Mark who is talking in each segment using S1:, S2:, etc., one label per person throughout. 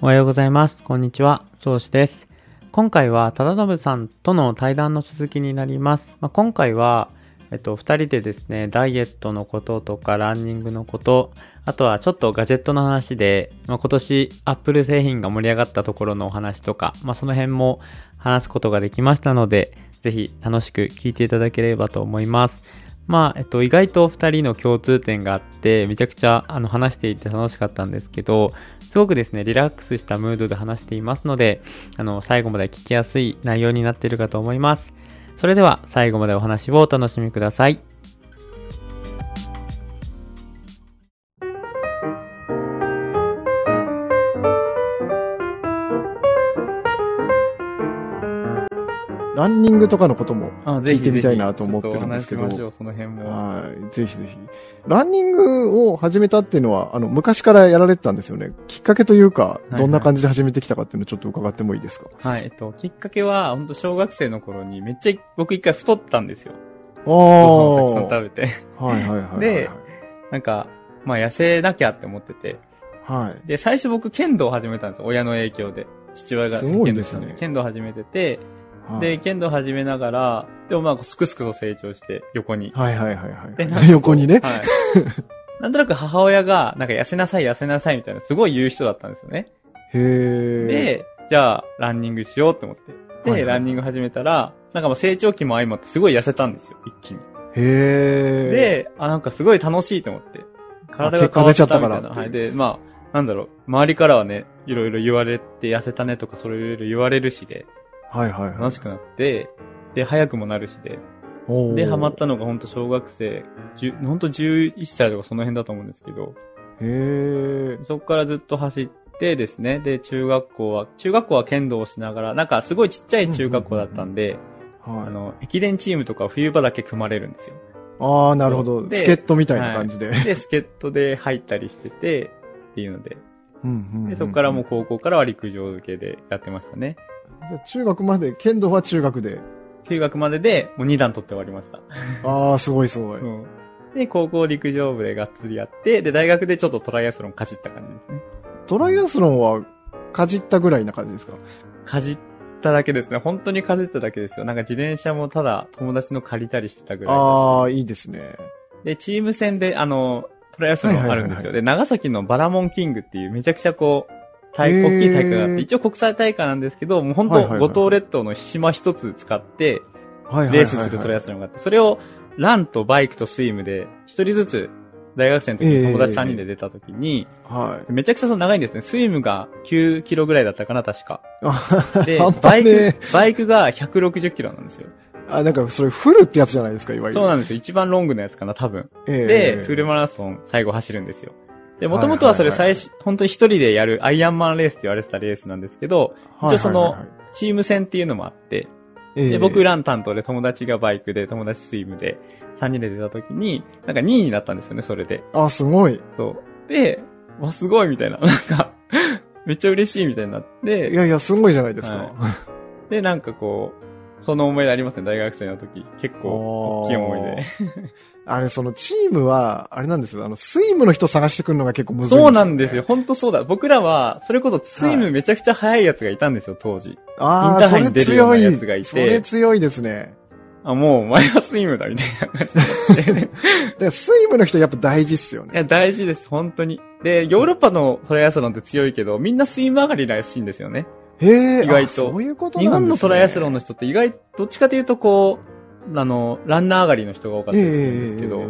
S1: おはようございます。こんにちは。宗師です。今回は忠信さんとの対談の続きになります。まあ、今回は、えっと、2人でですね、ダイエットのこととかランニングのこと、あとはちょっとガジェットの話で、まあ、今年 Apple 製品が盛り上がったところのお話とか、まあ、その辺も話すことができましたので、ぜひ楽しく聞いていただければと思います。まあ、えっと、意外と2人の共通点があって、めちゃくちゃあの話していて楽しかったんですけど、すごくですね、リラックスしたムードで話していますので、あの、最後まで聞きやすい内容になっているかと思います。それでは最後までお話をお楽しみください。
S2: ランニングとかのことも、ぜひ聞いてみたいなと思ってるんですけど
S1: ちょっとお話ししましょうその辺も。
S2: はい、ぜひぜひ。ランニングを始めたっていうのは、あの、昔からやられてたんですよね。きっかけというか
S1: いは、い
S2: どんな感じで始めてきたかっていうのをちょっと伺ってもいいですか
S1: はい、えっと、きっかけは、本当小学生の頃にめっちゃ僕一回太ったんですよ。
S2: あ
S1: ご飯を
S2: あ。
S1: たくさん食べて。
S2: はいはいはいはい。
S1: で、なんか、まあ痩せなきゃって思ってて。
S2: はい。
S1: で、最初僕剣道を始めたんですよ。親の影響で。父親が
S2: す
S1: 剣道
S2: ごいですね
S1: 剣道始めてて、
S2: はい
S1: で、、剣道始めながら、でもまあ、すくすくと成長して、横に。
S2: はいはいはい
S1: でなん
S2: は
S1: か
S2: い。 横に
S1: は
S2: ね。
S1: い。なんとなく母親が、なんか痩せなさい痩せなさいみたいな、すごい言う人だったんですよね。
S2: へえ。、
S1: で、じゃあ、ランニングしようって思って。で、
S2: はいはい
S1: ランニング始めたら、なんかまあ成長期も相まってすごい痩せたんですよ、一気に。
S2: へえ。、
S1: で、あ、なんかすごい楽しいと思って。体が変
S2: 結果
S1: わっ
S2: 出
S1: た
S2: ちゃった
S1: み
S2: か
S1: た
S2: ら
S1: いな。
S2: って
S1: はい。で、まあ、なんだろう、周りからはね、いろいろ言われて痩せたねとか、それいろいろ言われるしで、
S2: はいはいはい。
S1: 楽しくなって、で、早くもなるしで、
S2: おー
S1: で、ハマっ。たのが本当小学生、10ほんと11歳とかその辺だと思うんですけど、
S2: へえ。
S1: そこからずっと走ってですね、で、中学校は、中学校は剣道をしながら、なんかすごいちっちゃい中学校だったんで、あ
S2: はい。
S1: の、駅伝チームとか冬場だけ組まれるんですよ。
S2: ああ、なるほど。
S1: で
S2: スケットみたいな感じで。
S1: で、助っ人で入ったりしてて、っていうので、
S2: うんうんうん
S1: でそこからもう。高校からは陸上受けでやってましたね。
S2: じゃあ中学まで、剣道は中 学で。
S1: 中学まででもう2段取って終わりました。
S2: ああ、すごいすごい。
S1: うんで、高校陸上部でがっつりやって、で、大学でちょっとトライアスロンかじった感じですね。
S2: トライアスロンは、かじったぐらいな感じですか
S1: かじっただけですね。本当にかじっただけですよ。なんか自転車もただ友達の借りたりしてたぐらい
S2: ああ、いいですね。
S1: です。で、チーム戦で、あの、トライアスロンあるんですよ。
S2: はいはいはいはい
S1: で、長崎のバラモンキングっていうめちゃくちゃこう、大
S2: へー
S1: 大きい大会があって、一応国際大会なんですけど、もう本
S2: はい
S1: 当、
S2: はいはい
S1: 五島列島の島一つ使って、
S2: はいはいはい、はい。
S1: レースするトライアスロンがあって、それをランとバイクとスイムで、一人ずつ、大学生の時に友達3人で出た時に、
S2: はい。
S1: めちゃくちゃその長いんですね。スイムが9キロぐらいだったかな、確か。
S2: あ、
S1: で
S2: 半、
S1: バイ
S2: 端ね
S1: ク、バイクが160キロなんですよ。
S2: あ、なんかそれフルってやつじゃないですか、いわゆる。
S1: そうなんですよ。一番ロングのやつかな、多分。
S2: ええ
S1: で、フルマラソン最後走るんですよ。で、もともとはそれ
S2: はいはい
S1: 最
S2: はい
S1: 初、本当に一人でやるアイアンマンレースって言われてたレースなんですけど、
S2: はいはいは
S1: 一
S2: い
S1: 応そのチーム戦っていうのもあって、
S2: ええ
S1: で、僕ラン担当で友達がバイクで、友達スイムで、3人で出た時に、なんか2位になったんですよね、それで。
S2: あ、すごい。
S1: そう。で、わ、すごいみたいな。 なんか、めっちゃ嬉しいみたいになっ
S2: い
S1: て、
S2: やいや、すごいじゃないですか。
S1: はで、なんかこう、その思い出ありますね、大学生の時。結構、
S2: おー
S1: 大きい思い出。
S2: あれ、そのチームは、あれなんですよ。あの、スイムの人探してくるのが結構難しい、
S1: そうなんですよ。。ほんとそうだ。僕らは、それこそスイムめちゃくちゃ速いやつがいたんですよ、当時。イ
S2: あ
S1: ンターハ
S2: あ、そ
S1: イに
S2: れ
S1: 出るような
S2: 強い。
S1: やつがいて
S2: それ強いですね。
S1: あ、もう、お前はスイムだ、みたいな感じになって。
S2: で、スイムの人やっぱ大事っすよ
S1: いや、
S2: ね。
S1: 大事です、本当に。で、ヨーロッパのトライアスロンって強いけど、みんなスイム上がりらしいんですよね。
S2: へえ、
S1: 意外と
S2: あそういうことなん
S1: 日
S2: です、ね、
S1: 本のトライアスロン
S2: の
S1: の人って意外、どっちかというとこう、あの、ランナー上がりの人が多かったりするんですけど、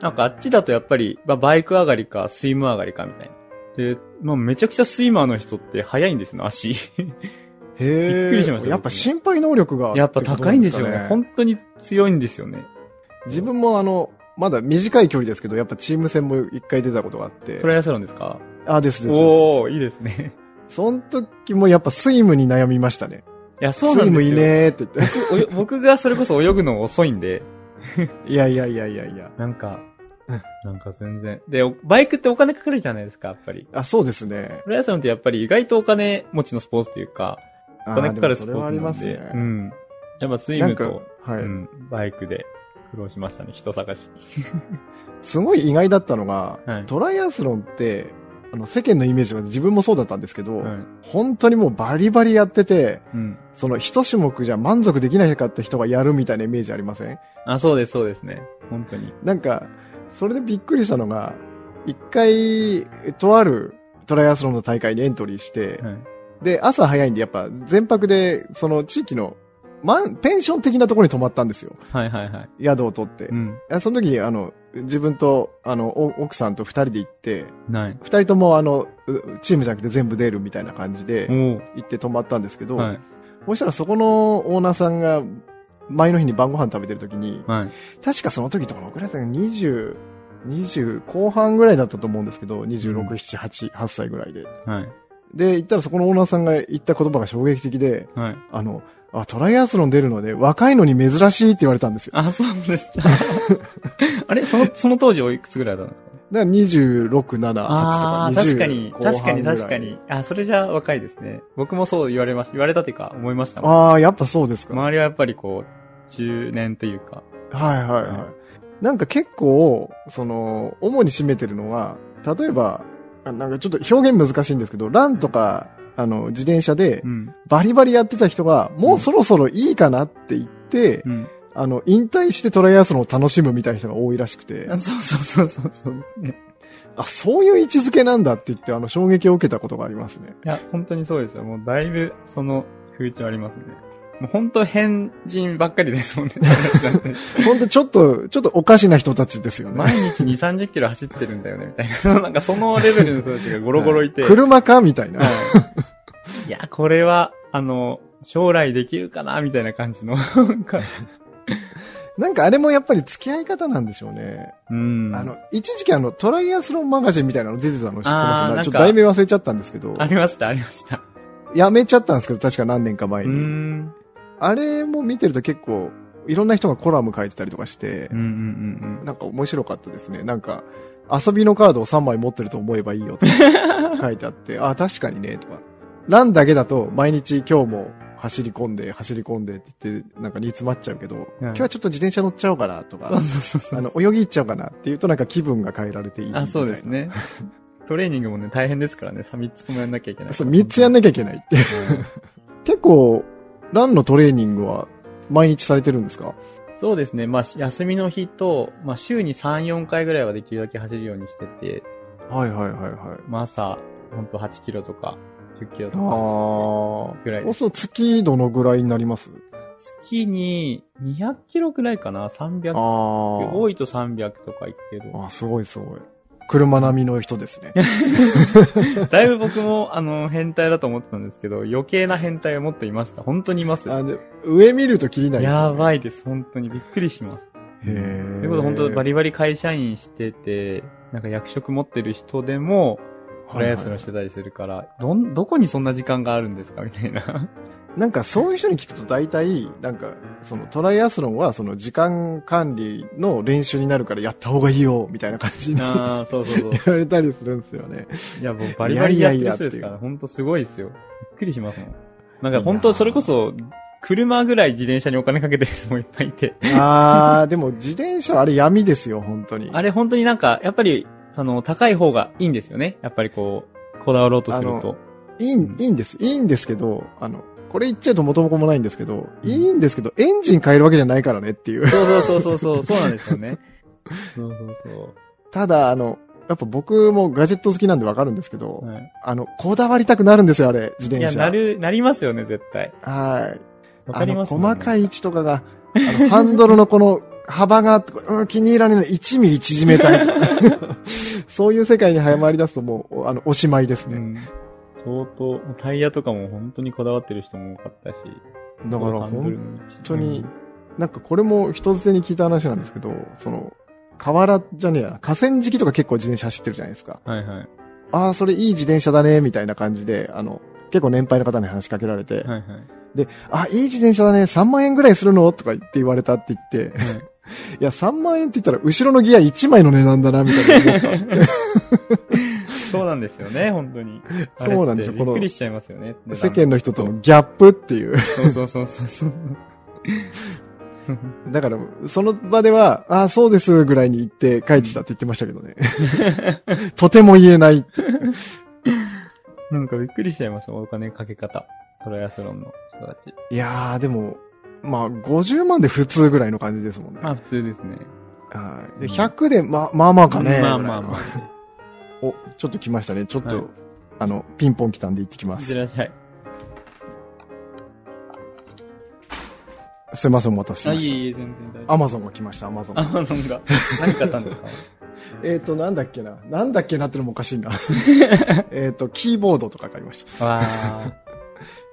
S1: なんかあっちだとやっぱり、まあ、バイク上がりか、スイム上がりかみたいな。で、まあ、めちゃくちゃスイマーの人って速いんですよ、 足。
S2: へえ。
S1: びっくりしました
S2: やっぱ心配能力が、
S1: やっぱ高いんでしょうね。
S2: ほん
S1: 本当に強いんですよね。
S2: 自分もあの、まだ短い距離ですけど、やっぱチーム戦も一回出たことがあって
S1: ト。ライアスロンですか
S2: あ、ですですです
S1: おおいいですね。
S2: その時もやっぱスイムに悩みましたね。
S1: いや、そうなん
S2: スイム
S1: です
S2: い
S1: よ。
S2: ねーって言っ
S1: 僕およ僕がそれこそ泳ぐの遅いんで、
S2: て。 いやいやいやいやいや。
S1: なんか
S2: うん、
S1: なんか全然。で、おバイクってお金かかるじゃないですか、やっぱり。
S2: あ、そうですね。
S1: トライアスロンってやっぱり意外とお金持ちのスポーツというか、
S2: あ
S1: お
S2: ー
S1: 金かかるス
S2: で
S1: ポ
S2: もそれはあり
S1: ー
S2: ま
S1: ツ
S2: す
S1: なんで、
S2: ね。
S1: うん。やっぱスイ
S2: なん
S1: ム
S2: か、
S1: と、
S2: はい、
S1: うん、バイクで苦労しましたね、人探し。
S2: すごい意外だったのが、
S1: はい
S2: トライアスロンって、あの、世間のイメージは自分もそうだったんですけど、
S1: はい。
S2: 本当にもうバリバリやってて、
S1: うん。
S2: その一種目じゃ満足できないかって人がやるみたいなイメージありません
S1: あ、そうです、そうですね。本当に。
S2: なんか、それでびっくりしたのが、一回、とあるトライアスロンの大会にエントリーして、
S1: はい。
S2: で、朝早いんでやっぱ全泊で、その地域の、ま、ペンション的なところに泊まったんですよ。
S1: はいはいはい。
S2: 宿を取って
S1: う。ん。
S2: あその時、あの、自分と、あの、お奥さんと二人で行って、
S1: ない。
S2: 二人ともあの、うチームじゃなくて全部出るみたいな感じで、
S1: お
S2: 行って泊まったんですけ
S1: お
S2: ど、
S1: はい。
S2: そしたらそこのオーナーさんが、前の日に晩ご飯食べてる時に、
S1: はい。
S2: 確かその時どのくらいだったかな、20、20後半ぐらいだったと思うんですけど、26、
S1: うん
S2: 7、8、8歳ぐらいで。
S1: はい。
S2: で、行ったらそこのオーナーさんが言った言葉が衝撃的で、
S1: はい。
S2: あの、あ、トライアスロン出るので、若いのに珍しいって言われたんですよ。
S1: あ、そうでした。 あれその、その当時おいくつぐらいだったんですか
S2: だから26、7、8とか
S1: ああ、
S2: 20
S1: 確かに、
S2: 後半
S1: 確かに
S2: ぐらい
S1: 確かに。あ、それじゃ若いですね。僕もそう言われました。言われたというか、思いましたもん。
S2: ああ、やっぱそうですか。
S1: 周りはやっぱりこう、中年というか。
S2: はいはいはい。なんか結構、その、主に占めてるのは、例えば、あなんかちょっと表現難しいんですけど、ランとか、あの、自転車で
S1: う、ん。
S2: バリバリやってた人が、もうそろそろいいかなって言って、
S1: うん。
S2: あの、引退してトライアスロンを楽しむみたいな人が多いらしくて
S1: あ、 そうそうそうそうそうですね。
S2: あ、そういう位置づけなんだって言って、あの、衝撃を受けたことがありますね。
S1: いや、本当にそうですよ。もうだいぶ、その、風潮ありますね。もう本当変人ばっかりですもんね。
S2: ほんとちょっと、ちょっとおかしな人たちですよね。
S1: 毎日2、30キロ走ってるんだよね、みたいな。 なんかそのレベルの人たちがゴロゴロいて。
S2: はい車かみたいな。
S1: はいいや、これは、あの、将来できるかなみたいな感じの。なんか
S2: なんかあれもやっぱり付き合い方なんでしょうね。
S1: うん。
S2: あの、一時期あの、トライアスロンマガジンみたいなの出てたの知って
S1: あ
S2: ま
S1: ー
S2: す
S1: なんか
S2: なちょっと題名忘れちゃったんですけど
S1: あ、りました、ありました。
S2: やめちゃったんですけど、確か何年か前
S1: う
S2: に。
S1: ん。
S2: あれも見てると結構、いろんな人がコラム書いてたりとかして
S1: うんうんう、ん
S2: なんか面白かったですね。なんか、遊びのカードを3枚持ってると思えばいいよとか 書いてあって、あ、確かにね、とか。ランだけだと、毎日今日も走り込んで、走り込んでって言って、なんか煮詰まっちゃうけど、今日はちょっと自転車乗っちゃおうかな、と
S1: うん。
S2: か。
S1: そうそうそうそう。
S2: あの、泳ぎ行っちゃおうかなっていうとなんか気分が変えられていいみたいな。
S1: あ、そうですね。 トレーニングもね、大変ですからね。さ、3つともやんなきゃいけない。
S2: そう、三つやんなきゃいけないって。結構、ランのトレーニングは毎日されてるんですか
S1: そうですね。まあ、し休みの日と、まあ、週に3、4回ぐらいはできるだけ走るようにしてて、
S2: はいはいはいはい。
S1: まあ、朝、ほんと8キロとか、10キロと
S2: あ
S1: か走ってぐらい
S2: ー。お
S1: です。
S2: そう、月どのぐらいになります
S1: 月に200キロぐらいかな ?300
S2: あ。ー。
S1: 多いと300とか行くけど。
S2: あ、すごいすごい。車並みの人です ね。
S1: だいぶ僕も、あの、変態だと思ってたんですけど、余計な変態を持っていました。本当にいます。
S2: あで上見ると切りないです、ね。
S1: やば
S2: い。
S1: いです。本当にびっくりします。
S2: へー
S1: ということで、本当バリバリ会社員してて、なんか役職持ってる人でも、トライアスロンしてたりするから、どん、どこにそんな時間があるんですかみたいな。
S2: なんかそういう人に聞くと大体、なんか、そのトライアスロンはその時間管理の練習になるからやった方がいいよ、みたいな感じに 言
S1: ああ、そうそうそう。
S2: われたりするんですよね。
S1: いや、もうバリバリやってる人ですか
S2: いやいやいやってい
S1: ら、ほんとすごいですよ。びっくりしますもん。なんか本当それこそ、車ぐらい自転車にお金かけてる人もいっぱいい て。
S2: あー、でも自転車はあれ闇ですよ、本当に。
S1: あれ本当になんか、やっぱり、その、高い方がいいんですよね。やっぱりこう、こだわろうとすると。
S2: いいん、いいんです。いいんですけど、あの、これ言っちゃうと元も子もないんですけど、いいんですけど、エンジン変えるわけじゃないからねっていう。
S1: そうそうそうそうそう、そうなんですよね。そうそうそ
S2: ただ、あの、やっぱ僕もガジェット好きなんでわかるんですけど、
S1: う。はい
S2: あの、こだわりたくなるんですよ、あれ、自
S1: い
S2: 転
S1: や、
S2: 車。
S1: なる、なりますよね、絶対。
S2: はい。
S1: わかります
S2: あの、細か
S1: い。
S2: い位置とかが、あの、ハンドルのこの 幅が、うん、気に入らないの1ミリ縮めたいとか。 そういう世界に早まり出すともう、おあの、おしまいです
S1: う
S2: ね。
S1: ん。相当、タイヤとかも本当にこだわってる人も多かったし。
S2: だから、
S1: ハ
S2: ほ
S1: ンドル
S2: ん
S1: の位置
S2: 当に、なんかこれも人捨てに聞いた話なんですけど、その、河原じゃねえや、河川敷とか結構自転車走ってるじゃないですか。
S1: うんはいはい。
S2: ああ、それいい自転車だね、みたいな感じで、あの、結構年配の方に話しかけられて、
S1: はいはい。
S2: あ、いい自転車だね、3万円ぐらいするのとか言って言われたって言って、
S1: はい
S2: いや、3万円って言ったら、後ろのギア1枚の値段だな、みたい な思った。
S1: そうなんですよね、本当に。
S2: そうなんですよ
S1: あれってびっ
S2: こ
S1: く
S2: の
S1: りしちゃいますよね。
S2: 世間の人とのギャップっていう。
S1: そうそうそうそうそう。
S2: だから、その場では、ああ、そうですぐらいに言って帰ってきたって言ってましたけど ね。とても言えない。
S1: なんかびっくりしちゃいました、お金かけ方。トライアスロンの人たち。
S2: いやー、でも、まあ、50万で普通ぐらいの感じですもんね。
S1: まあ普通ですね。
S2: はいで100で、ま、まあまあかね。
S1: まあまあまあ。
S2: あ。お、ちょっと来ましたね。ちょっと、
S1: はい
S2: あの、ピンポン来たんで行ってきま
S1: いって
S2: す。
S1: らっしゃい。
S2: すいません、お待たせし
S1: あ、
S2: ま
S1: い
S2: した。
S1: えいえ、全然大丈
S2: アマゾンが来ました、アマゾン
S1: 夫。ア。マゾン が。何買ったんですか
S2: えっ、ー、と、なんだっけな。なんだっけなってのもおか しいな。えっと、キーボードとか買いました。
S1: わあ。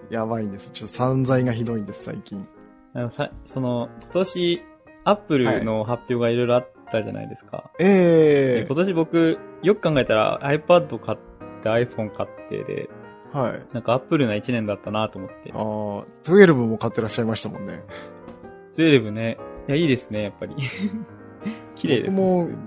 S2: やばいんです。ちょっと散財がひどいんです、最近。
S1: あのさ、その、今年、アップルの発表がいろいろあったじゃないですか。で
S2: ええ
S1: 今年僕、よく考えたら iPad 買って iPhone 買ってで、
S2: はい。
S1: なんかアップルな1年だったなと思って
S2: あ。あ、12も買ってらっしゃいましたもんね。
S1: 12ね、いや、いいですね、やっぱり。 綺麗です、ね。
S2: 僕も、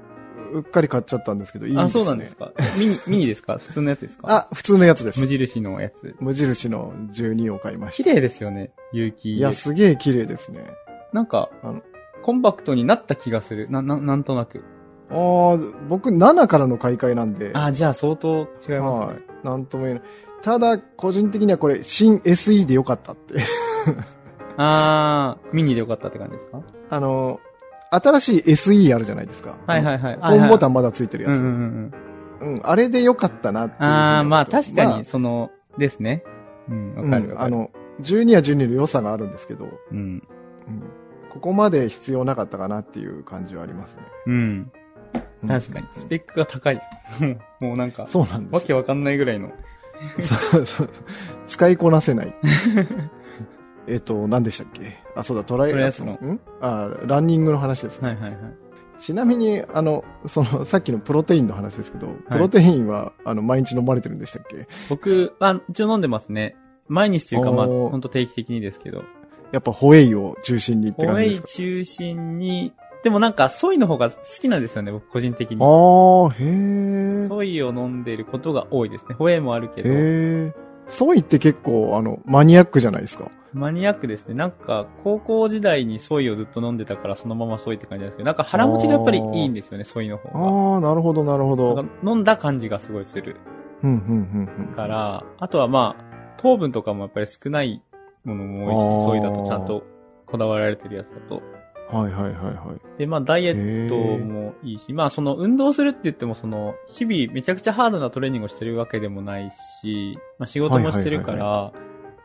S2: うっかり買っちゃったんですけど、いいですね。
S1: あ、そうなんですか。ミニ、ミニですか普通のやつですか、
S2: あ、普通のやつです
S1: 無。印のやつ。
S2: 無印の12を買いまし
S1: 綺
S2: た。
S1: 麗ですよね、有機
S2: いや、すげえ綺麗ですね。
S1: なんか
S2: あの、
S1: コンパクトになった気がする。な、な、なんとなく。
S2: ああ、僕7からの買い替えなんで。
S1: あ、じゃあ相当違います
S2: は
S1: ね。
S2: い。なんとも言えない。ただ、個人的にはこれ、新 SE でよかったって。
S1: あー、ミニでよかったって感じですか
S2: あの、新しい SE あるじゃないですか。
S1: はいはいはい。
S2: ホームボタ
S1: ン
S2: ンまだついてるやつ。
S1: うんうんうん
S2: うんあれでよかったなって
S1: うん。
S2: いうふうに思う
S1: あー、まあ
S2: と
S1: 確か
S2: まあ
S1: に、その、ですね。うん、わかる
S2: うん
S1: わか
S2: あ
S1: る。
S2: の、12は12の良さがあるんですけど、
S1: うん。
S2: うんここまで必要なかったかなっていう感じはありますね。
S1: うん。
S2: うん
S1: 確かに。スペックが高いです。 もうなんか、
S2: そうなんで
S1: わ
S2: す
S1: けわかんないぐらいの。
S2: そうそう使いこなせない。えっと、何でしたっけあ、そうだ、トライアスロン。
S1: ト
S2: んあ、ランニングの話ですね。
S1: はいはいはい。
S2: ちなみに、あの、その、さっきのプロテインの話ですけど、プロテインは、あの、毎日飲まれてるんでしたっけ
S1: 僕、あ、一応飲んでますね。毎日というか、まあ、
S2: おー
S1: ほんと定期的にですけど。
S2: やっぱ、ホエイを中心にって
S1: ホ
S2: 感じ
S1: エ
S2: で
S1: イ
S2: すか
S1: 中心に、でもなんか、ソイの方が好きなんですよね、僕個人的に
S2: あ。ー、へー。
S1: ソイを飲んでることが多いですね。ホエイもあるけど、
S2: へー。ソイって結構、あの、マニアックじゃないですか。
S1: マニアックですね。なんか、高校時代にソイをずっと飲んでたから、そのままソイって感じなんですけど、なんか腹持ちがやっぱりいいんですよね、ソイの
S2: あ
S1: 方
S2: ー、なるほど、なるほ
S1: が。
S2: ど
S1: なん。か飲んだ感じがすごいする
S2: うん、うん、うん、うん。
S1: から、あとはまあ、糖分とかもやっぱり少ないものも
S2: あー
S1: 多いし、ソイだとちゃんとこだわられてるやつだと。
S2: はい、はい、はい、はい。
S1: で、まあ、ダイエットもいいし、まあ、その、運動するって言っても、その、日々めちゃくちゃハードなトレーニングをしてるわけでもないし、まあ、仕事もしてるから、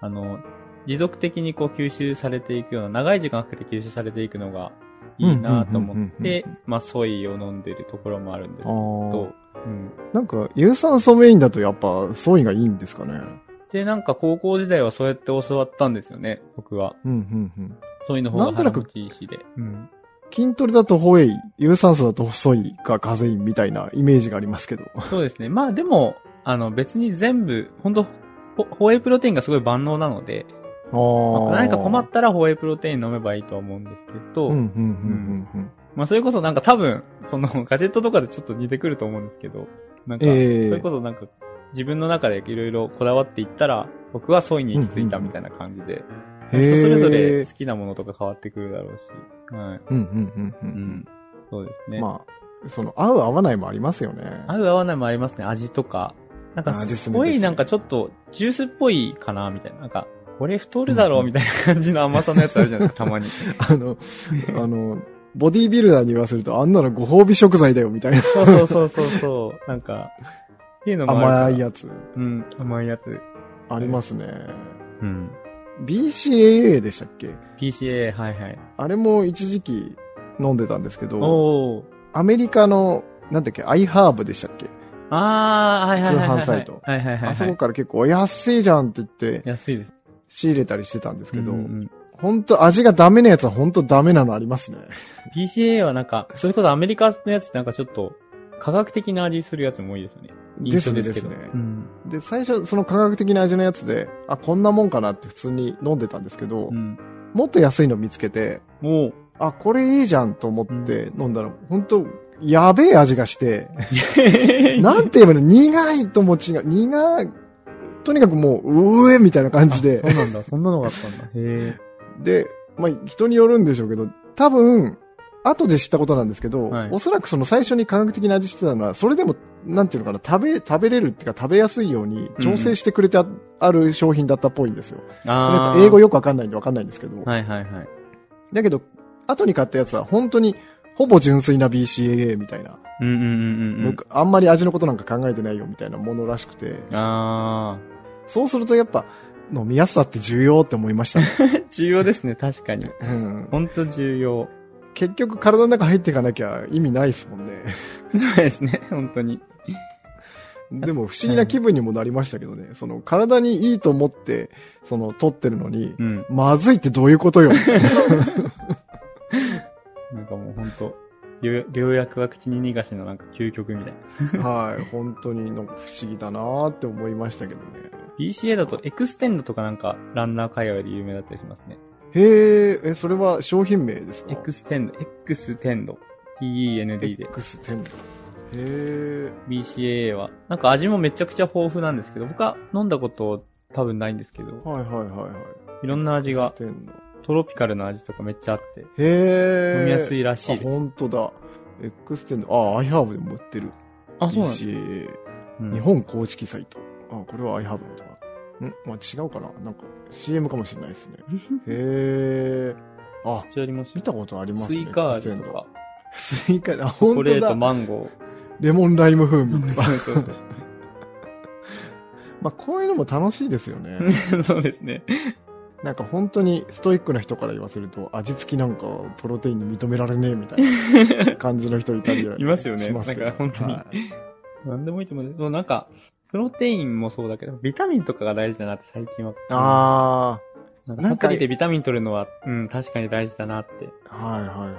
S1: あの、持続的にこう吸収されていくような、長い時間かけて吸収されていくのがいいなと思っ
S2: うんうんうんうん
S1: て、まあ、ソイを飲んでるところもあるんですけ
S2: あー
S1: ど、うん。
S2: なんか、有酸素メインだとやっぱ、ソイがいいんですかね。
S1: で、なんか高校時代はそうやって教わったんですよね、僕は。
S2: うん、うん、うん。
S1: ソイの方が
S2: なんとな
S1: 腹
S2: く
S1: 持ちいいしで。うん。
S2: 筋トレだとホエイ、有酸素だとソイがカゼインみたいなイメージがありますけど。
S1: そうですね。まあでも、あの別に全部、本当ほホエイプロテインがすごい万能なので、まあ
S2: ああ。
S1: 何か困ったらホエイプロテイン飲めばいいとは思うんですけど、
S2: うんうんうんうんうん。
S1: まあそれこそなんか多分、その ガジェットとかでちょっと似てくると思うんですけど、なんか、そ
S2: ええ
S1: れこそなんか自分の中でいろいろこだわっていったら、僕はソイに行き着いたみたいな感じで、
S2: うんうん
S1: 人それぞれ
S2: へー
S1: 好きなものとか変わってくるだろうし、はい。
S2: うんうんうん
S1: う
S2: う
S1: んん。そうですね。
S2: まあ、その、合う合わないもありますよね。
S1: 合う合わないもありますね、味とか。なんか
S2: あーですね
S1: すご
S2: です
S1: い
S2: ね
S1: なんかちょっとジュースっぽいかな、みたいな。なんか、これ太るだろう、みたいな感じの甘さのやつあるじゃない ですか、たまに。
S2: あの、あの、ボディービルダーに言わせると、あんなのご褒美食材だよみたいな
S1: そうそうそうそうそう。なんか、っていうのもあるから
S2: 甘いやつ、
S1: うん、甘いやつ。
S2: ありますね。
S1: うん。
S2: BCAA でしたっけ
S1: PCA、はいはい。
S2: あれも一時期飲んでたんですけど、
S1: おー。
S2: アメリカの、なんだっけ、アイハーブでしたっけ
S1: あー、はいはいはいはい。
S2: 通販サイト
S1: はいはいはい、はい。
S2: あそこから結構安いじゃんって言って
S1: 安いです。
S2: 仕入れたりしてたんですけど
S1: うんう、ん
S2: 本当味がダメなやつは本当ダメなのありますね。
S1: PCA はなんか、それこそアメリカのやつってなんかちょっと、科学的な味するやつも多いですよね。印象ですけど。
S2: ですねです
S1: う
S2: ね
S1: ん。
S2: で、最初、その科学的な味のやつで、あ、こんなもんかなって普通に飲んでたんですけど、
S1: うん。
S2: もっと安いの見つけて、
S1: お ー。
S2: あ、これいいじゃんと思って飲んだら、本当やべえ味 がして、なんて言えばいいの苦いとも違う、苦い、とにかくもう、うえみたいな感じ
S1: そ
S2: で、
S1: うなんだ、そんなのがあったんだ。へえ。
S2: で、まあ、人によるんでしょうけど、多分、後で知ったことなんですけど、
S1: はい
S2: おそらくその最初に科学的な味してたのは、それでも、なんていうのかな、食べ、食べれるっていうか食べやすいように調整してくれてあ,、る商品だったっぽいんですよ。それなん
S1: あ
S2: か英語よくわかんないんでわかんないんですけど、
S1: はいはいはい。
S2: だけど、後に買ったやつは本当に、ほぼ純粋な BCAA みたいな、
S1: うんうんうんうんうん
S2: 僕あんまり味のことなんか考えてないよみたいなものらしくて、。
S1: あ
S2: そうするとやっぱ、飲みやすさって重要って思いましたね。
S1: ー。重要ですね、確かに。
S2: うん
S1: ほんと重要。
S2: 結局体の中入っていかなきゃ意味ないですもんね。
S1: そうですね、本当に。
S2: でも不思議な気分にもなりましたけどね。その体にいいと思って、その取ってるのに、
S1: うん。
S2: まずいってどういうことよ。
S1: なんかもうほんと、療療薬は口に逃がしのなんか究極みたいな。
S2: はい。本当になんか不思議だなーって思いましたけどね。
S1: BCA だとエクステンドとかなんかランナー界隈で有名だったりしますね。
S2: へえ、え、それは商品名ですか
S1: エクステンド、X テンド。TEND で。
S2: X テンド。へえ、
S1: BCAA は。なんか味もめちゃくちゃ豊富なんですけど、僕は飲んだこと多分ないんですけど、
S2: はいはいはいはい。
S1: いろんな味が
S2: X テンド
S1: トロピカルな味とかめっちゃあって、
S2: へえ。
S1: 飲みやすいらしいで
S2: あ、
S1: す。
S2: 本当だ。X テンド。あ、iHerb でも売ってる。
S1: あ、だ
S2: BCAA。
S1: うん
S2: 日本公式サイト。あ、これは iHerb のとか。んまあ、違うかななんか CM かもしれないですね。へえ。あ、
S1: こちらにもし
S2: 見たことあります
S1: ス
S2: ね。
S1: イカ味
S2: エクステン
S1: と
S2: ド
S1: か、
S2: スイカだ。
S1: チョコ
S2: 本
S1: レ
S2: 当
S1: ート、
S2: だ。
S1: マンゴ
S2: レモンライム風
S1: ー。そ
S2: 味
S1: う
S2: とか。
S1: そうそう
S2: まあ、こういうのも楽しいですよ
S1: そ
S2: ね。
S1: う。そうです ね。
S2: なんか本当にストイックな人から言わせると、味付きなんかプロテインに認められねえみたいな感じの人いたり
S1: いますよね
S2: しけど
S1: なんか本当に
S2: はい
S1: なんでもいいと思うんですけど、なんか、プロテインもそうだけど、ビタミンとかが大事だなって最近は。
S2: あ
S1: なんか
S2: な
S1: サ
S2: んか
S1: プリでビタミン取るのは、うん、確かに大事だなって。
S2: あ、はいはいはい。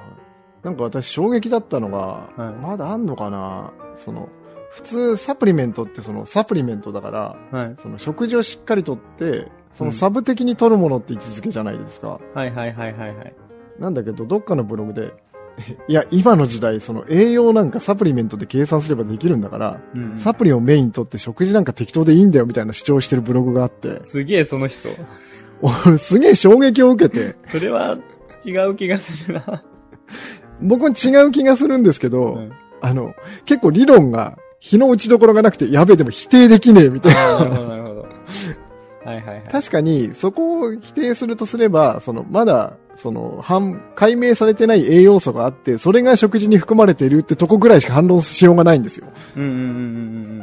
S2: なんか私衝撃だったのが、
S1: はい
S2: まだあんのかなその、普通サプリメントってそのサプリメントだから、
S1: はい。
S2: その食事をしっかりとって、そのサブ的に取るものって位置づけじゃないですか。
S1: はいはいはいはいはい。
S2: なんだけど、どっかのブログで、 いや、今の時代、その栄養なんかサプリメントで計算すればできるんだから、
S1: うんうん
S2: サプリをメインにとって食事なんか適当でいいんだよみたいな主張してるブログがあって、
S1: すげえその人。
S2: 俺すげえ衝撃を受けて、
S1: それは違う気がするな。
S2: 僕も違う気がするんですけど、
S1: うん
S2: あの、結構理論が、日の打ちどころがなくて、やべえでも否定できねえみたいな。
S1: なるほどなるほど。はいはいはい。
S2: 確かに、そこを否定するとすれば、その、まだ、その、反、解明されてない栄養素があって、それが食事に含まれているってとこぐらいしか反論しようがないんですよ。
S1: うんうんうんうん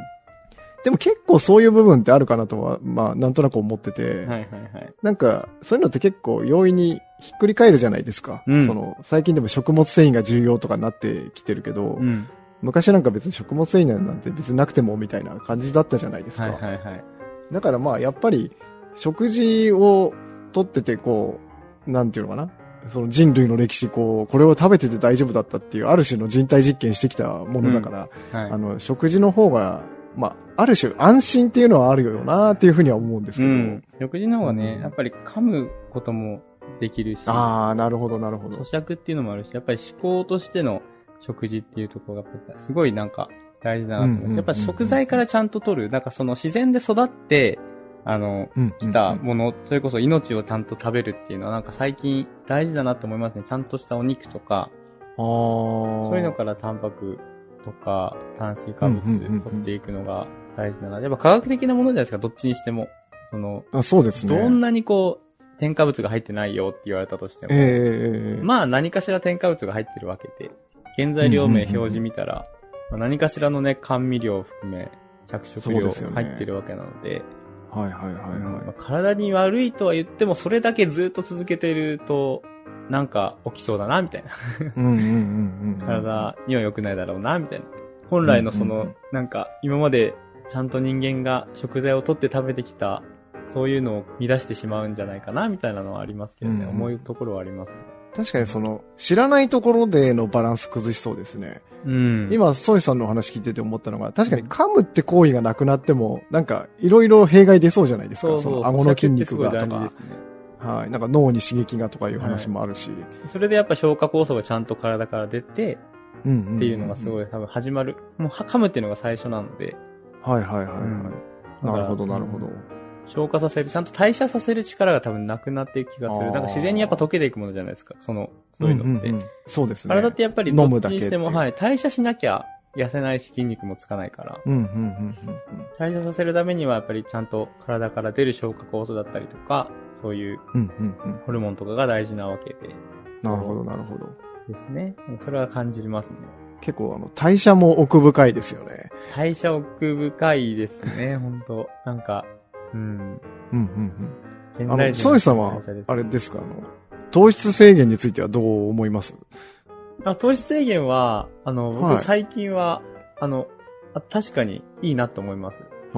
S2: でも結構そういう部分ってあるかなとは、まあ、なんとなく思って
S1: う
S2: て、
S1: ん。はいはいはい。
S2: なんか、そういうのって結構容易にひっくり返るじゃないですか。
S1: うん
S2: その、最近でも食物繊維が重要とかになってきてるけど、
S1: うん。
S2: 昔なんか別に食物繊維なんて別になくてもみたいな感じだったじゃないですか。
S1: はいはいはい。
S2: だからまあ、やっぱり、食事をとってて、こう、なんていうのかな。その人類の歴史、こう、これを食べてて大丈夫だったっていう、ある種の人体実験してきたものだから、
S1: はい、
S2: あの、食事の方が、まあ、ある種安心っていうのはあるよなっていうふうには思うんです
S1: う
S2: けど、
S1: ん。食事の方がね、
S2: うん
S1: やっぱり噛むこともできるし、咀
S2: ああ、なるほど、なるほど。
S1: 嚼っていうのもあるし、やっぱり思考としての食事っていうところが、すごいなんか大事だなと思って、
S2: うんうんうん
S1: やっぱ食材からちゃんと取る、なんかその自然で育って、あの、
S2: うん
S1: 来たもの、それこそ命をちゃんと食べるっていうのはなんか最近大事だなと思いますね。ちゃんとしたお肉とか、
S2: ああ。
S1: そういうのからタンパクとか炭水化
S2: うんうんうんう
S1: 物
S2: ん
S1: 取っていくのが大事だな。やっぱ科学的なものじゃないですか、どっちにしても。その、
S2: あそうですね。
S1: どんなにこう、添加物が入ってないよって言われたとしても、
S2: ええええ
S1: まあ何かしら添加物が入ってるわけで、原材料名表示見たら、まあ何かしらのね、甘味料を含め、着色
S2: そう
S1: 料
S2: ですよね
S1: 入ってるわけなので、
S2: はいはいはいはい。
S1: まあ体に悪いとは言っても、それだけずっと続けてると、なんか起きそうだな、みたいな。
S2: うんうんうんうん。
S1: 体には良くないだろうな、みたいな。本来のそ
S2: うんうん
S1: の
S2: うん、
S1: なんか、今までちゃんと人間が食材を取って食べてきた、そういうのを乱してしまうんじゃないかな、みたいなのはありますけど
S2: うん
S1: ね。
S2: うん
S1: 思うところはあります。
S2: 確かにその、知らないところでのバランス崩しそうですね。
S1: うん。
S2: 今、ソイさんのお話聞いてて思ったのが、確かに噛むって行為がなくなっても、なんか、いろいろ弊害出そうじゃないですか。
S1: そうそう、
S2: の顎の筋肉が
S1: 咀嚼ってすご
S2: と
S1: い大
S2: か
S1: 事、ですね
S2: はい。なんか脳に刺激がとかいう話もあるし。
S1: それでやっぱ消化酵素がちゃんと体から出て、
S2: うんうんんん
S1: っていうのがすごい多分始まる。もう、は噛むっていうのが最初なので。
S2: はいはいはいはい。
S1: うん
S2: なるほどなるほど。。
S1: 消化させる、ちゃんと代謝させる力が多分なくなっていく気がす
S2: あ
S1: る。
S2: ー
S1: なんか自然にやっぱ溶けていくものじゃないですか、その、そういうのって。
S2: んんんそうですね。
S1: 体ってやっぱりど
S2: 飲む
S1: っち
S2: だけ
S1: にして
S2: っ
S1: も、
S2: ていう
S1: はい、代謝しなきゃ痩せないし筋肉もつかないから、
S2: うんうんうんうん
S1: 代謝させるためにはやっぱりちゃんと体から出る消化酵素だったりとか、そういう
S2: うん。うんうんうん。
S1: ホルモンとかが大事なわけで
S2: なるほど、なるほど。
S1: ですね。それは感じますね。
S2: 結構、あの、代謝も奥深いですよね。
S1: 代謝奥深いです ね、本当なんか、うん。
S2: うんうん
S1: 現
S2: うん。あの、
S1: 代人
S2: ソイさんは
S1: 代謝で、す
S2: あれですか、あの、糖質制限についてはどう思います
S1: あ糖質制限は、あの、
S2: はい
S1: 僕最近は、あのあ確かにいいなと思います。
S2: おー。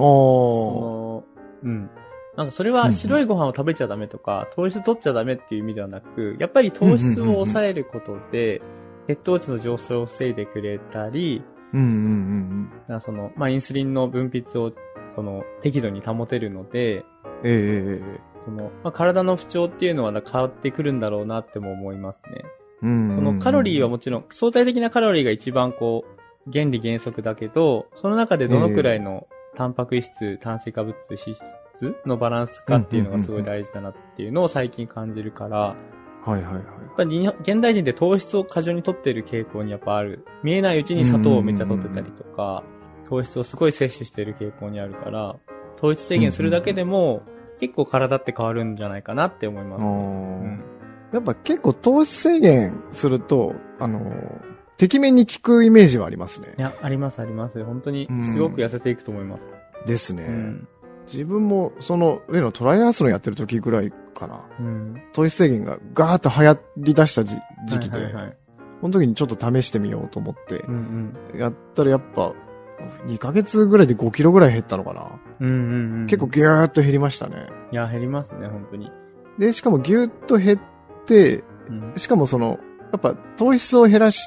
S1: その、うん。なんかそれは白いご飯を食べちゃダメとか、糖質取っちゃダメっていう意味ではなく、やっぱり糖質を抑えることで、血糖値の上昇を防いでくれたり、
S2: うんうん
S1: だからその、まあ、インスリンの分泌を、その、適度に保てるので、
S2: うんうん。えええええ
S1: その、まあ、体の不調っていうのは変わってくるんだろうなっても思いますね。
S2: えうんうんうん。
S1: そのカロリーはもちろん、相対的なカロリーが一番こう、原理原則だけど、その中でどのくらいのタンパク質、炭水化物、脂質のバランスかっていうのがすごい大事だなっていうのを最近感じるから、や
S2: はいはいはい。
S1: っぱり日本現代人って糖質を過剰に取ってる傾向にやっぱある。見えないうちに砂糖をめっちゃ取ってたりとか、糖質をすごい摂取してる傾向にあるから、糖質制限するだけでも、結構体って変わるんじゃないかなって思いま
S2: あ
S1: す。う
S2: ー
S1: ん
S2: やっぱ結構糖質制限すると、あの、てきめんに効くイメージはありますね
S1: い。や、ありますあります。本当に、すごく痩せていくと思います。
S2: ですね。
S1: うん
S2: 自分も、その、例のトライアスロンやってる時ぐらいかな。
S1: うん。
S2: 糖質制限がガーッと流行り出した時時期で、
S1: はいはいはい
S2: この時にちょっと試してみようと思って
S1: う、ん
S2: やったらやっぱ、2ヶ月ぐらいで5キロぐらい減ったのかな、
S1: うん。うんうんうん。
S2: 結構、ギューッと減りましたね。
S1: いや、減りますね、本当に。
S2: で、しかもギューッと減って、
S1: うん
S2: しかもその、やっぱ糖質を減らし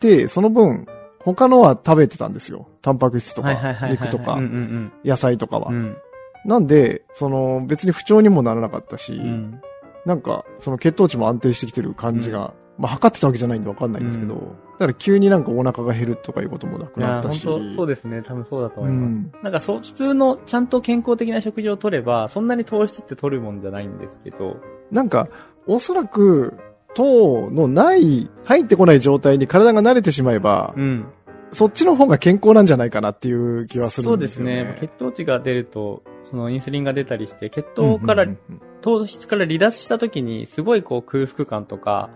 S2: て、その分、他のは食べてたんですよ。タンパク質とか
S1: はいはいは、いはいはい
S2: 肉とか
S1: うん、うん
S2: 野菜とかは
S1: うん。う。ん
S2: なんで、その、別に不調にもならなかったし、
S1: うん。
S2: なんか、その血糖値も安定してきてる感じが、まあ測ってたわけじゃないんでわかんないんですけど、
S1: う
S2: だから急になんかお腹が減るとかいうこともなく
S1: い
S2: な
S1: や、
S2: った
S1: 本
S2: し。
S1: 当そうですね。多分そうだと思いうま
S2: ん
S1: す。なんか、そう、普通の、ちゃんと健康的な食事を取れば、そんなに糖質って取るもんじゃないんですけど、
S2: なんか、おそらく、糖のない、入ってこない状態に体が慣れてしまえば、
S1: うん。
S2: そっちの方が健康なんじゃないかなっていう気はす
S1: そ
S2: る
S1: うん
S2: で
S1: ですす
S2: よね。
S1: ね。血糖値が出ると、そのインスリンが出たりして、血糖から、
S2: うんうんうん
S1: 糖質から離脱した時に、すごいこう空腹感とか、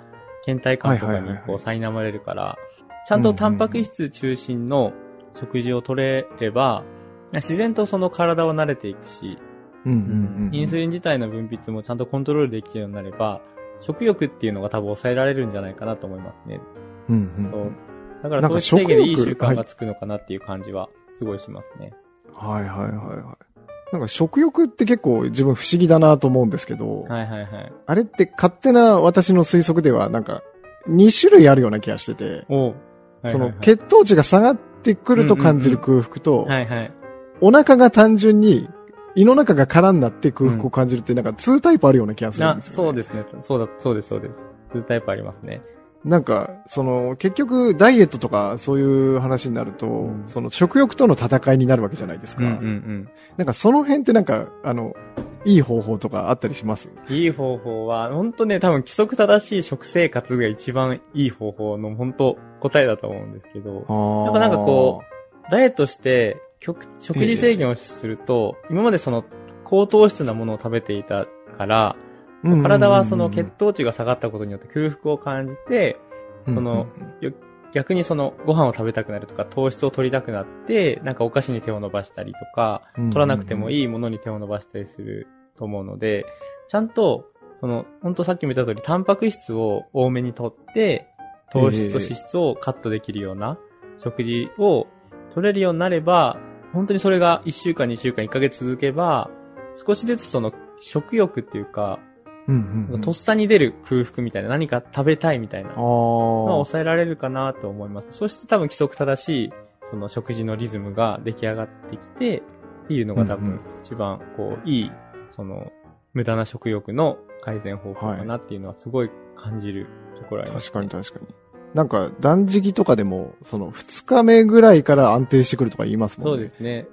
S1: 倦怠感とか
S2: はいはい
S1: に
S2: はい
S1: こ
S2: は
S1: う
S2: い
S1: 苛まれるから、ちゃんとタンパク質中心の食事を取れれば、自然とその体は慣れていくし、
S2: うんうんうん
S1: インスリン自体の分泌もちゃんとコントロールできるようになれば、食欲っていうのが多分抑えられるんじゃないかなと思いますね。
S2: うんうん
S1: そうだから
S2: なんか
S1: 糖質制限でいい
S2: 食欲
S1: 習慣がつくのかなっていう感じはすごいしますね。
S2: はいはいはいはい。なんか食欲って結構自分不思議だなと思うんですけど、
S1: はいはいはい。
S2: あれって勝手な私の推測ではなんか2種類あるような気がしてて、
S1: おうはいはいはい
S2: その血糖値が下がってくると感じる空腹と、
S1: はいはい。
S2: お腹が単純に胃の中が空になって空腹を感じるってなんか2タイプあるような気がするん
S1: あ、
S2: ですよ、ね。
S1: そうですね。そうだ、そうです、そうです。2タイプありますね。
S2: なんか、その、結局、ダイエットとか、そういう話になると、
S1: ん
S2: その、食欲との戦いになるわけじゃないですか。
S1: ん
S2: なんか、その辺ってなんか、あの、いい方法とかあったりします
S1: うん。いい方法は、本当ね、多分規則正しい食生活が一番いい方法の本当答えだと思うんですけど、
S2: や
S1: やっぱなんかこダイエットして極食事制限をすると、今までその高糖質なものを食べていたから、
S2: う
S1: 体はその血糖値が下がったことによって空腹を感じて、
S2: うん
S1: その、逆にそのご飯を食べたくなるとか糖質を取りたくなって、なんかお菓子に手を伸ばしたりとか、取らなくても
S2: い。
S1: いいものに手を伸ばしたりすると思うので、ちゃんと、その、ほんとさっきも言った通り、タンパク質を多めに取って、糖質と脂質をカットできるような食事を取れるようになれば、本当にそれが1週間、2週間、1ヶ月続けば、少しずつその食欲っていうか、
S2: うんうんうん
S1: とっさに出る空腹みたいな、何か食べたいみたいな
S2: あ、
S1: まあ
S2: ー
S1: 抑えられるかなと思います。そして多分規則正しい、その食事のリズムが出来上がってきて、っていうのが多
S2: うんうん
S1: 分一番こう、いい、その、無駄な食欲の改善方法かなっていうのはすごい感じるところあります、
S2: 確かに確かに。なんか、断食とかでも、その、2日目ぐらいから安定してくるとか言いますも
S1: そ
S2: ん
S1: う
S2: ね。
S1: ですね。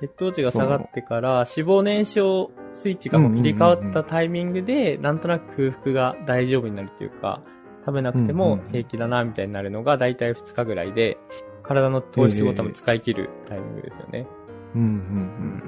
S1: 血糖値が下がってから脂肪燃焼スイッチがもう切り替わったタイミングで、なんとなく空腹が大丈夫になるというか、食べなくても平気だなみたいになるのが大体2日ぐらいで、体の糖質を多分使い切るタイミングですよね。
S2: うんうんうん。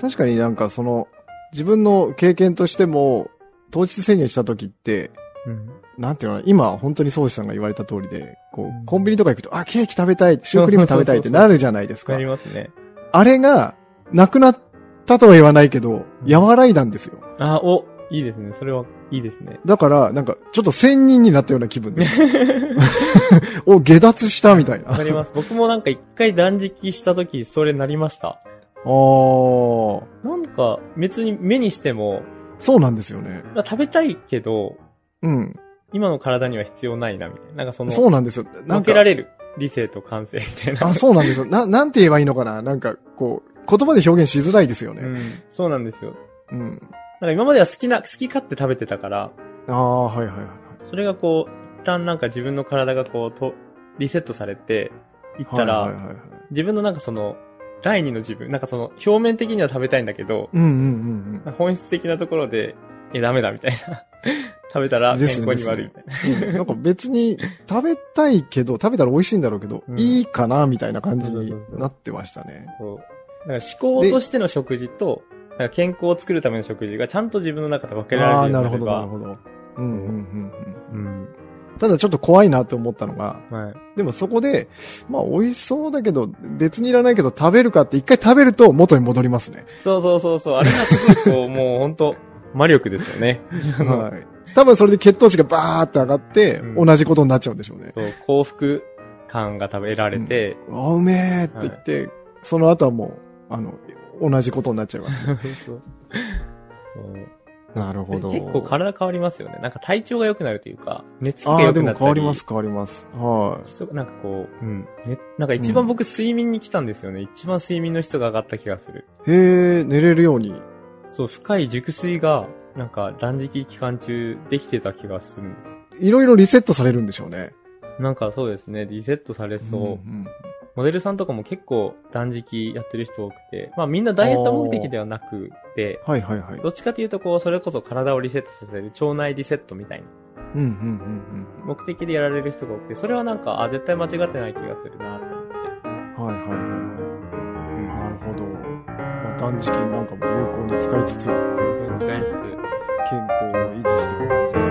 S2: 確かになんかその、自分の経験としても、当日制限した時って、
S1: うん。
S2: なんていうのかな今本当に宗師さんが言われた通りで、こ
S1: うん
S2: う、コンビニとか行くと、あ、ケーキ食べたい、シュークリーム食べたいってなるじゃないですか
S1: なり。ますね。
S2: あれが、なくなったとは言わないけど、和らいだんですよ。
S1: あ、お、いいですね。それはいいです ね。
S2: だから、なんか、ちょっと仙人になったような気分です。お、下脱したみたいな。。
S1: わかりますす。僕もなんか一回断食した時、それなりました。
S2: あー、
S1: なんか、別に目にしても、
S2: そうなんですよね。
S1: まあ食べたいけど、
S2: うん。
S1: 今の体には必要ないな、みたいな。なんかその、
S2: そうなんですよ。なん
S1: 避けら
S2: か、
S1: れる。理性と感性みたいな。
S2: あ、そうなんですよ。な、なんて言えばいいのかななんか、こう、言葉で表現しづらいですよ
S1: う
S2: ね。
S1: ん。そうなんですよ。
S2: うん。
S1: なんか今までは好きな、好き勝手食べてたから、
S2: ああ、はいはいはい。
S1: それがこう、一旦なんか自分の体がこう、と、リセットされて、いったら、
S2: はいはいはいはい。
S1: 自分のなんかその、第二の自分、なんかその、表面的には食べたいんだけど、
S2: うんうん
S1: 本質的なところで、え、ダメだみたいな。 食べたら健
S2: です
S1: 康
S2: ね
S1: に悪いみたいな。
S2: うんうん。なんか別に食べたいけど、食べたら美味しいんだろうけど、
S1: うん
S2: いいかなみたいな感じになってましたね。
S1: そう。なんか思考としての食事と、なんか健康を作るための食事がちゃんと自分の中で分けられ
S2: ああ、
S1: るよう
S2: な
S1: に
S2: る
S1: な
S2: ほ
S1: れ
S2: ど、な
S1: ば、
S2: るほど。うんうんうんうん。
S3: うん。
S2: ただちょっと怖いなって思ったのが、
S1: はい。
S2: でもそこで、まあ美味しそうだけど、別にいらないけど食べるかって一回食べると元に戻ります ね。
S1: そうそうそうそう。あれがすごいこう、もう本当魔力ですよ ね。
S2: はい。多分それで血糖値がバーって上がって、
S1: うん
S2: 同じことになっちゃうんでしょうね。
S1: そう、幸福感が食べられて、
S2: あ、うめーって言って、その後はもう、あの、同じことになっちゃいます。
S1: そう。
S2: なるほど。
S1: 結構体変わりますよね。なんか体調が良くなるというか、寝つき
S2: あ
S1: が
S2: あー、
S1: 良
S2: で
S1: くな
S2: も
S1: ったり。
S2: 変わります、変わります。は
S1: 質なんかこう、うん。ね、なんか一番僕睡眠に来たんですよね。一番睡眠の質が上がった気がする。
S2: い。へえ、寝れるように。
S1: そう、深い熟睡が、なんか断食期間中できてた気がするんです。
S2: いろいろリセットされるんでしょうね。
S1: なんかそうですね、リセットされそう。
S2: んん
S1: モデルさんとかも結構断食やってる人多くて、まあみんなダイエット目的ではなくて、
S2: はいはいはい。
S1: どっちかというとこう、それこそ体をリセットさせる、腸内リセットみたいな
S2: うんうんうん
S1: 目的でやられる人が多くて、それはなんか、あ、絶対間違ってない気がするなと思って。
S2: うん。はいはいはいはい。
S1: うん。
S2: なるほど。まあ、断食なんかも有効に使いつつ、
S1: 使いつつ、
S2: 健康を維持していく感じですね。